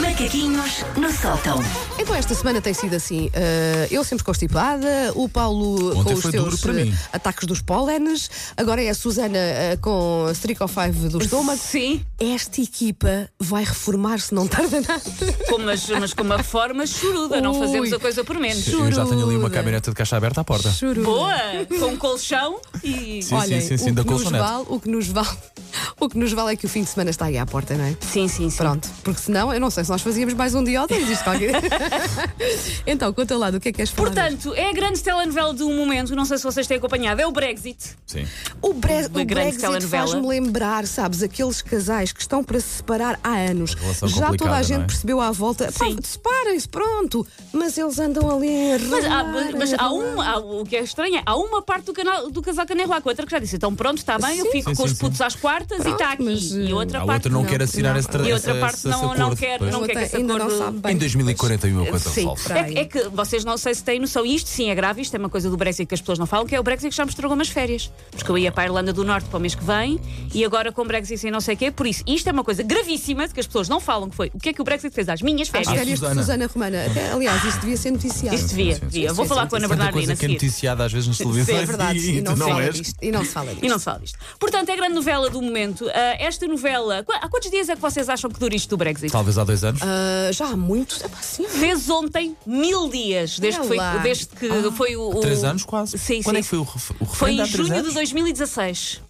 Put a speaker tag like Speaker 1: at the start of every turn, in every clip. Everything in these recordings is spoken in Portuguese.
Speaker 1: Macaquinhos no sótão.
Speaker 2: Então esta semana tem sido assim. eh, eu sempre constipada, o Paulo
Speaker 3: Ontem
Speaker 2: com os
Speaker 3: foi duro
Speaker 2: seus
Speaker 3: para
Speaker 2: eh,
Speaker 3: mim.
Speaker 2: ataques dos pólenes, agora é a Susana eh, com a Strico 5 do estômago.
Speaker 4: Sim,
Speaker 2: Esta equipa vai reformar-se, não tarda nada.
Speaker 4: com umas, mas com uma forma choruda, não
Speaker 2: Ui.
Speaker 4: fazemos a coisa por menos.
Speaker 2: Chu-
Speaker 3: Eu já tenho ali uma
Speaker 2: Churuda.
Speaker 3: caminhoneta de caixa aberta à porta.
Speaker 2: Juro.
Speaker 4: Boa! Com colchão e.
Speaker 3: Sim,
Speaker 2: Olhem,
Speaker 3: sim, sim, sim,
Speaker 2: o,
Speaker 3: da
Speaker 2: que nos
Speaker 3: colchonete.
Speaker 2: vale, o que nos vale, o que nos vale é que o fim de semana está aí à porta, não é?
Speaker 4: Sim, sim, sim.
Speaker 2: Pronto, porque senão eu não sei se nós fazíamos mais um dia ou dois isto qualquer. então, conta lá do que é que és falar. hoje?
Speaker 4: Portanto, é a grande telenovela do momento, não sei se vocês têm acompanhado, é o Brexit.
Speaker 3: Sim.
Speaker 2: O, bre o
Speaker 4: grande
Speaker 2: Brexit
Speaker 4: telenovela.
Speaker 2: faz-me lembrar, sabes, aqueles casais que estão para se separar há anos.
Speaker 3: relação
Speaker 2: Já toda a
Speaker 3: complicada,
Speaker 2: gente
Speaker 3: não é?
Speaker 2: percebeu à volta, pá,
Speaker 4: Sim.
Speaker 2: separem-se, pronto. Mas eles andam ali a
Speaker 4: Mas há,
Speaker 2: rolar,
Speaker 4: mas
Speaker 2: a
Speaker 4: há
Speaker 2: rolar.
Speaker 4: um, há- o que é estranho é, há uma parte do, canal, do casal que nem lá com a outra que já disse: então pronto, está bem, eu fico
Speaker 3: Sim,
Speaker 4: com
Speaker 3: sim,
Speaker 4: os putos às quartas e está aqui.
Speaker 2: mas,
Speaker 4: e a outra
Speaker 3: A
Speaker 4: parte.
Speaker 3: outra não,
Speaker 2: não,
Speaker 3: quer assinar
Speaker 2: não.
Speaker 3: esse tra-
Speaker 4: E outra
Speaker 3: essa-
Speaker 4: parte
Speaker 3: esse
Speaker 4: não- não
Speaker 3: acordo,
Speaker 4: quer,
Speaker 3: pois.
Speaker 4: não
Speaker 2: Outra
Speaker 4: quer que esse
Speaker 2: ainda não
Speaker 4: acordo-
Speaker 2: sabe bem.
Speaker 3: Em 2041 uma coisa
Speaker 2: Sim.
Speaker 3: resolve.
Speaker 2: Pra-
Speaker 4: É, é que vocês não sei se têm noção, isto sim é grave, isto é uma coisa do Brexit que as pessoas não falam, que é o Brexit que já me estragou umas férias. Porque eu ia para a Irlanda do Norte para o mês que vem e agora com o Brexit e não sei o quê, por isso isto é uma coisa gravíssima de que as pessoas não falam, que foi o que é que o Brexit fez às minhas
Speaker 2: As
Speaker 4: férias.
Speaker 3: Ah,
Speaker 2: férias de
Speaker 3: Susana. Uhum.
Speaker 2: Susana Romana. Até, aliás, isto devia ser noticiado.
Speaker 4: isto devia,
Speaker 3: sim, sim,
Speaker 4: devia.
Speaker 2: sim,
Speaker 4: Vou
Speaker 2: sim,
Speaker 4: falar
Speaker 2: sim,
Speaker 4: com a Ana
Speaker 2: sim.
Speaker 3: Tanta
Speaker 4: Bernardina
Speaker 3: coisa
Speaker 4: a
Speaker 3: que é
Speaker 4: seguir.
Speaker 3: noticiada às vezes nas
Speaker 2: Sim,
Speaker 3: televisões
Speaker 2: é verdade.
Speaker 3: e,
Speaker 2: E, não
Speaker 3: tu
Speaker 2: se
Speaker 3: não
Speaker 2: fala
Speaker 3: lês.
Speaker 2: disto. E não se fala disto.
Speaker 4: E não se fala disto. Portanto, é a grande novela do momento. Ah, esta novela, qu- há quantos dias é que vocês acham que dura isto do Brexit?
Speaker 3: Talvez há dois anos.
Speaker 2: Ah, já há muitos. Epá, sim.
Speaker 4: Fez ontem mil dias, desde que foi,
Speaker 2: Olha lá.
Speaker 4: desde que foi o, o.
Speaker 3: Três anos quase.
Speaker 4: Sim,
Speaker 3: Quando
Speaker 4: sim.
Speaker 3: é que foi o, ref o referendo?
Speaker 4: Foi em
Speaker 3: Há três
Speaker 4: junho
Speaker 3: anos?
Speaker 4: de 2016.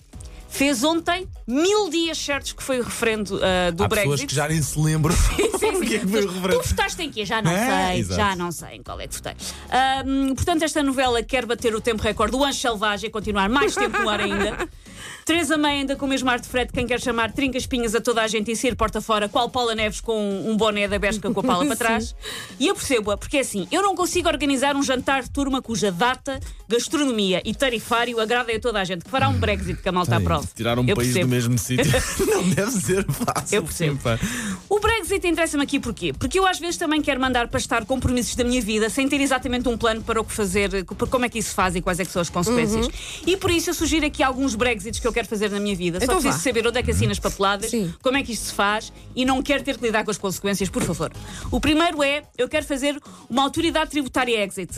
Speaker 4: Fez ontem mil dias certos que foi o referendo ah, do
Speaker 3: Há pessoas
Speaker 4: Brexit.
Speaker 3: que já nem se lembram o que é que foi o
Speaker 4: Tu
Speaker 3: referendo.
Speaker 4: votaste em quê? Já não
Speaker 3: É,
Speaker 4: sei,
Speaker 3: exato.
Speaker 4: já não sei em qual é que votei. Ahm, portanto, esta novela quer bater o tempo recorde do Anjo Selvagem e continuar mais tempo no ar ainda. Teresa May ainda com o mesmo ar de frete, quem quer chamar trinca espinhas a toda a gente e ser porta fora, qual Paula Neves com um boné da Besca com a pala para trás. E eu percebo-a, porque é assim, eu não consigo organizar um jantar de turma cuja data, gastronomia e tarifário agradem a toda a gente, que fará um Brexit que a malta aprove.
Speaker 3: Tirar um
Speaker 4: eu
Speaker 3: país
Speaker 4: percebo.
Speaker 3: do mesmo sítio não deve ser fácil.
Speaker 4: Eu percebo.
Speaker 3: sim, pá.
Speaker 4: O Brexit interessa-me aqui porquê? Porque eu às vezes também quero mandar para estar compromissos da minha vida sem ter exatamente um plano para o que fazer, para como é que isso faz e quais é que são as consequências.
Speaker 2: Uhum.
Speaker 4: E por isso eu sugiro aqui alguns Brexits que eu quero fazer na minha vida. Só
Speaker 2: Então
Speaker 4: preciso
Speaker 2: vá.
Speaker 4: saber onde é que assino as papeladas,
Speaker 2: Sim.
Speaker 4: como é que isto se faz e não quero ter que lidar com as consequências, por favor. O primeiro é, eu quero fazer uma autoridade tributária exit.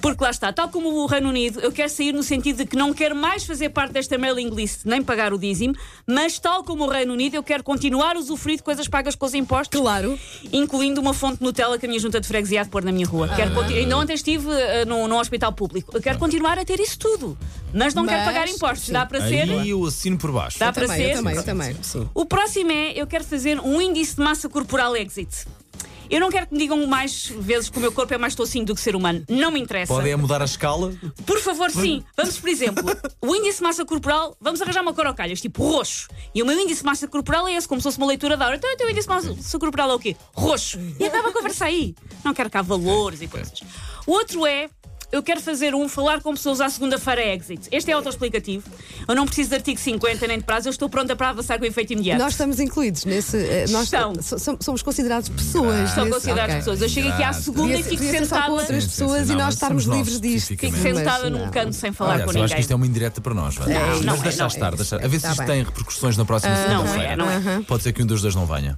Speaker 4: Porque lá está, tal como o Reino Unido, eu quero sair no sentido de que não quero mais fazer parte desta mailing list, nem pagar o dízimo, mas tal como o Reino Unido, eu quero continuar a usufruir de coisas pagas com os impostos,
Speaker 2: Claro.
Speaker 4: incluindo uma fonte de Nutella que a minha junta de freguesia há de pôr na minha
Speaker 2: Ah.
Speaker 4: rua. Quero continu- Ainda ontem estive eh, num, num hospital público. Eu quero continuar a ter isso tudo, mas não quero
Speaker 2: Mas,
Speaker 4: pagar impostos.
Speaker 2: sim. é.
Speaker 4: Dá para ser.
Speaker 3: Aí eu assino por baixo.
Speaker 4: Dá para
Speaker 2: Também, eu
Speaker 4: ser.
Speaker 2: também, eu também. Sim.
Speaker 4: O próximo é: eu quero fazer um índice de massa corporal exit. Eu não quero que me digam mais vezes que o meu corpo é mais tocinho do que ser humano. Não me interessa.
Speaker 3: Podem é mudar a escala.
Speaker 4: Por favor, sim. Vamos, por exemplo, o índice de massa corporal, vamos arranjar uma cor ao calhas, tipo roxo. E o meu índice de massa corporal é esse, como se fosse uma leitura da hora. Então o teu índice de massa corporal é o quê? Roxo. E acaba a conversa aí. Não quero cá valores e coisas. O outro é. Eu quero fazer um falar com pessoas à segunda-feira exit. Este é autoexplicativo. Eu não preciso de artigo 50 nem de prazo, eu estou pronta para avançar com o efeito imediato.
Speaker 2: Nós estamos incluídos nesse. eh, Nós
Speaker 4: Estão.
Speaker 2: so- so- somos considerados pessoas.
Speaker 4: São
Speaker 2: nesse-
Speaker 4: consideradas
Speaker 2: Ah, Ok.
Speaker 4: pessoas. Eu chego aqui à
Speaker 3: Graças.
Speaker 4: segunda e
Speaker 2: Devia ser-
Speaker 4: fico
Speaker 2: devia ser só com
Speaker 4: sentada.
Speaker 2: outras
Speaker 3: Sim, sim, sim,
Speaker 2: pessoas e
Speaker 3: não,
Speaker 2: nós
Speaker 3: mas
Speaker 2: estarmos
Speaker 3: somos nós,
Speaker 2: livres disto.
Speaker 4: Fico
Speaker 3: Mas
Speaker 4: sentada
Speaker 2: não.
Speaker 4: num canto sem falar
Speaker 3: Aliás,
Speaker 4: com
Speaker 3: eu
Speaker 4: ninguém.
Speaker 3: acho que isto é uma indireta para nós. vá. mas
Speaker 4: não é,
Speaker 3: deixa
Speaker 4: não
Speaker 3: estar,
Speaker 4: é.
Speaker 3: deixa. A ver se
Speaker 2: Tá
Speaker 3: isto
Speaker 2: bem.
Speaker 3: tem repercussões na próxima
Speaker 4: não é,
Speaker 3: segunda-feira.
Speaker 4: não é.
Speaker 3: Pode ser que um dos dois não venha.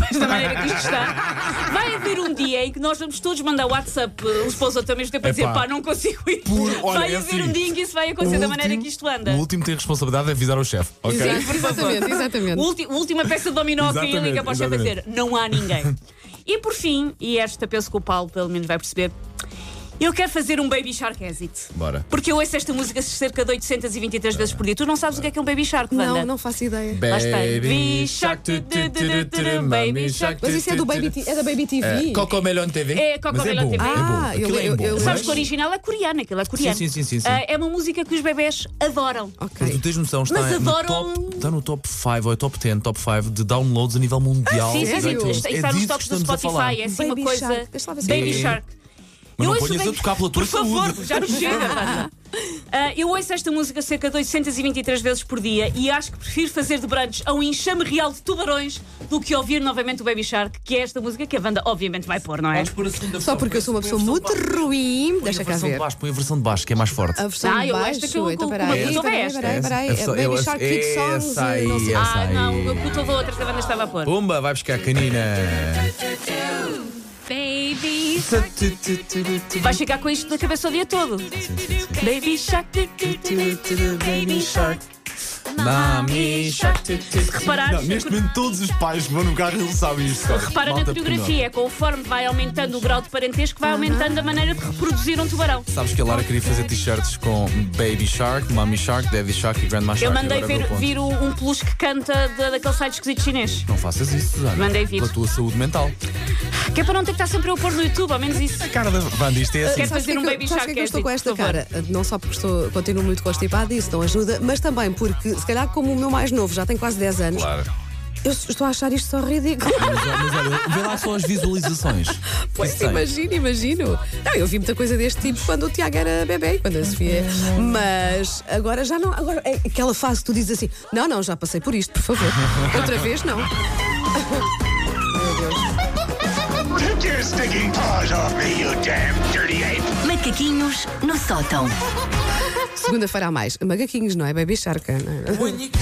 Speaker 4: mas da maneira que isto está, vai haver um dia em que nós vamos todos mandar WhatsApp eh, uns para os outros ao mesmo tempo para dizer
Speaker 3: Epá.
Speaker 4: pá, não consigo ir.
Speaker 3: Por- olha,
Speaker 4: vai
Speaker 3: é
Speaker 4: haver
Speaker 3: assim,
Speaker 4: um dia em que isso vai acontecer da maneira que isto anda.
Speaker 3: O último tem a responsabilidade de avisar o chefe. Ok?
Speaker 2: Exato, Exatamente,
Speaker 4: O
Speaker 2: exatamente.
Speaker 4: ulti- a última peça de dominó que
Speaker 3: Exatamente,
Speaker 4: liga para o chefe a dizer não há ninguém. E por fim, e esta penso que o Paulo pelo menos vai perceber, eu quero fazer um Baby Shark Exit.
Speaker 3: Bora.
Speaker 4: Porque eu ouço esta música cerca de 823 vezes por dia. Tu não sabes o que é que é um Baby Shark, Wanda?
Speaker 2: Não, não faço ideia.
Speaker 4: Lá está. Baby Shark, tu, tu, tu, tu, tu, Baby Shark.
Speaker 2: Mas isso é, do baby, T- é da Baby TV?
Speaker 3: Cocomelon TV?
Speaker 4: É, Cocomelon
Speaker 3: Mas é bom,
Speaker 4: TV.
Speaker 3: é bom.
Speaker 2: Ah,
Speaker 3: Aquilo
Speaker 2: eu-
Speaker 3: é
Speaker 2: eu-
Speaker 3: bom.
Speaker 2: eu-
Speaker 3: Mas-
Speaker 4: Sabes que o original é coreano, aquilo é coreano.
Speaker 3: Sim, sim, sim, sim, sim.
Speaker 4: Ah, é uma música que os bebés adoram.
Speaker 3: Mas tu
Speaker 2: ok.
Speaker 3: tens noção, está,
Speaker 4: Mas
Speaker 3: no
Speaker 4: adoram-
Speaker 3: top, está no top 5 ou é top 10, top 5 de downloads a nível mundial.
Speaker 4: Ah, Sim, sim, sim.
Speaker 2: sério?
Speaker 3: Exatamente.
Speaker 4: Está,
Speaker 3: É
Speaker 4: está nos
Speaker 3: disso que
Speaker 4: toques do
Speaker 3: estamos a falar.
Speaker 4: Spotify, é assim uma
Speaker 2: Baby
Speaker 4: coisa.
Speaker 2: Shark, deixa lá ver se-
Speaker 4: Baby
Speaker 3: É.
Speaker 4: Shark.
Speaker 3: Mas não
Speaker 4: ouço
Speaker 3: ponhas
Speaker 4: bem-
Speaker 3: a tocar pela tua
Speaker 4: Por favor,
Speaker 3: saúde.
Speaker 4: já me chega, Wanda. Ah, eu ouço esta música cerca de 823 vezes por dia e acho que prefiro fazer de branches a um enxame real de tubarões do que ouvir novamente o Baby Shark, que é esta música que a banda obviamente vai pôr, não é?
Speaker 3: Podes pôr a segunda
Speaker 2: Só
Speaker 3: versão,
Speaker 2: porque eu sou uma
Speaker 3: põe a
Speaker 2: pessoa
Speaker 3: versão de
Speaker 2: muito
Speaker 3: baixo.
Speaker 2: ruim. Deixa
Speaker 3: Põe a
Speaker 2: cá
Speaker 3: versão de
Speaker 2: ver.
Speaker 3: baixo, põe a versão de baixo, que é mais forte.
Speaker 2: A versão
Speaker 4: Ah,
Speaker 2: de
Speaker 4: eu
Speaker 2: baixo.
Speaker 4: acho que eu-
Speaker 2: então,
Speaker 4: com-
Speaker 2: peraí,
Speaker 4: com uma pessoa
Speaker 2: peraí,
Speaker 4: é esta.
Speaker 2: peraí, peraí.
Speaker 3: Essa- essa-
Speaker 2: Baby
Speaker 3: eu-
Speaker 2: Shark Kid
Speaker 3: essa
Speaker 2: Songs.
Speaker 3: aí,
Speaker 2: não sei.
Speaker 4: Ah,
Speaker 3: Essa
Speaker 4: não,
Speaker 3: aí. Oh.
Speaker 4: o puto da outra que a banda estava a pôr.
Speaker 3: Pumba, vai buscar a canina.
Speaker 4: Baby Vais ficar com isto na cabeça o dia todo. Baby Shark. Baby Shark.
Speaker 3: Mami Shark.
Speaker 4: Se reparares,
Speaker 3: Não, neste momento todos os pais que vão no carro eles sabem isto.
Speaker 4: repara na
Speaker 3: Malta pequenina.
Speaker 4: coreografia, conforme vai aumentando o grau de parentesco, vai aumentando a maneira de reproduzir um tubarão.
Speaker 3: Sabes que a Lara queria fazer t-shirts com Baby Shark, Mami Shark, Daddy Shark e Grandma Shark.
Speaker 4: Eu mandei
Speaker 3: Agora
Speaker 4: ver,
Speaker 3: vou ponto.
Speaker 4: vir um, um peluche que canta de- daquele site esquisito chinês.
Speaker 3: Não faças isso, Susana.
Speaker 4: Mandei vir.
Speaker 3: Pela tua saúde mental.
Speaker 4: Que é para não ter que estar sempre a pôr no YouTube, ao menos isso.
Speaker 3: A cara da Wanda, isto é assim.
Speaker 4: Quer
Speaker 2: Sabes
Speaker 4: fazer
Speaker 2: que
Speaker 4: um
Speaker 2: é que eu-
Speaker 4: baby
Speaker 2: sabes que é
Speaker 4: shark
Speaker 2: que eu estou
Speaker 4: acting,
Speaker 2: com esta
Speaker 4: por favor.
Speaker 2: cara? Não só porque estou, continuo muito constipada, isso não ajuda, mas também porque, se calhar, como o meu mais novo já tem quase 10 anos,
Speaker 3: Claro.
Speaker 2: eu estou a achar isto só ridículo.
Speaker 3: Mas, ó, mas olha, vê lá só as visualizações.
Speaker 2: Pois,
Speaker 3: Isso tem.
Speaker 2: imagino, imagino. Não, eu vi muita coisa deste tipo quando o Tiago era bebê, quando a Sofia. Mas agora já não. Agora, é aquela fase que tu dizes assim: não, não, já passei por isto, por favor. Outra vez, não.
Speaker 1: Take your stinking paws off me, you damn dirty ape!
Speaker 5: Macaquinhos no sótão.
Speaker 2: Segunda-feira a mais. Magaquinhos, não é? Baby Shark. não é?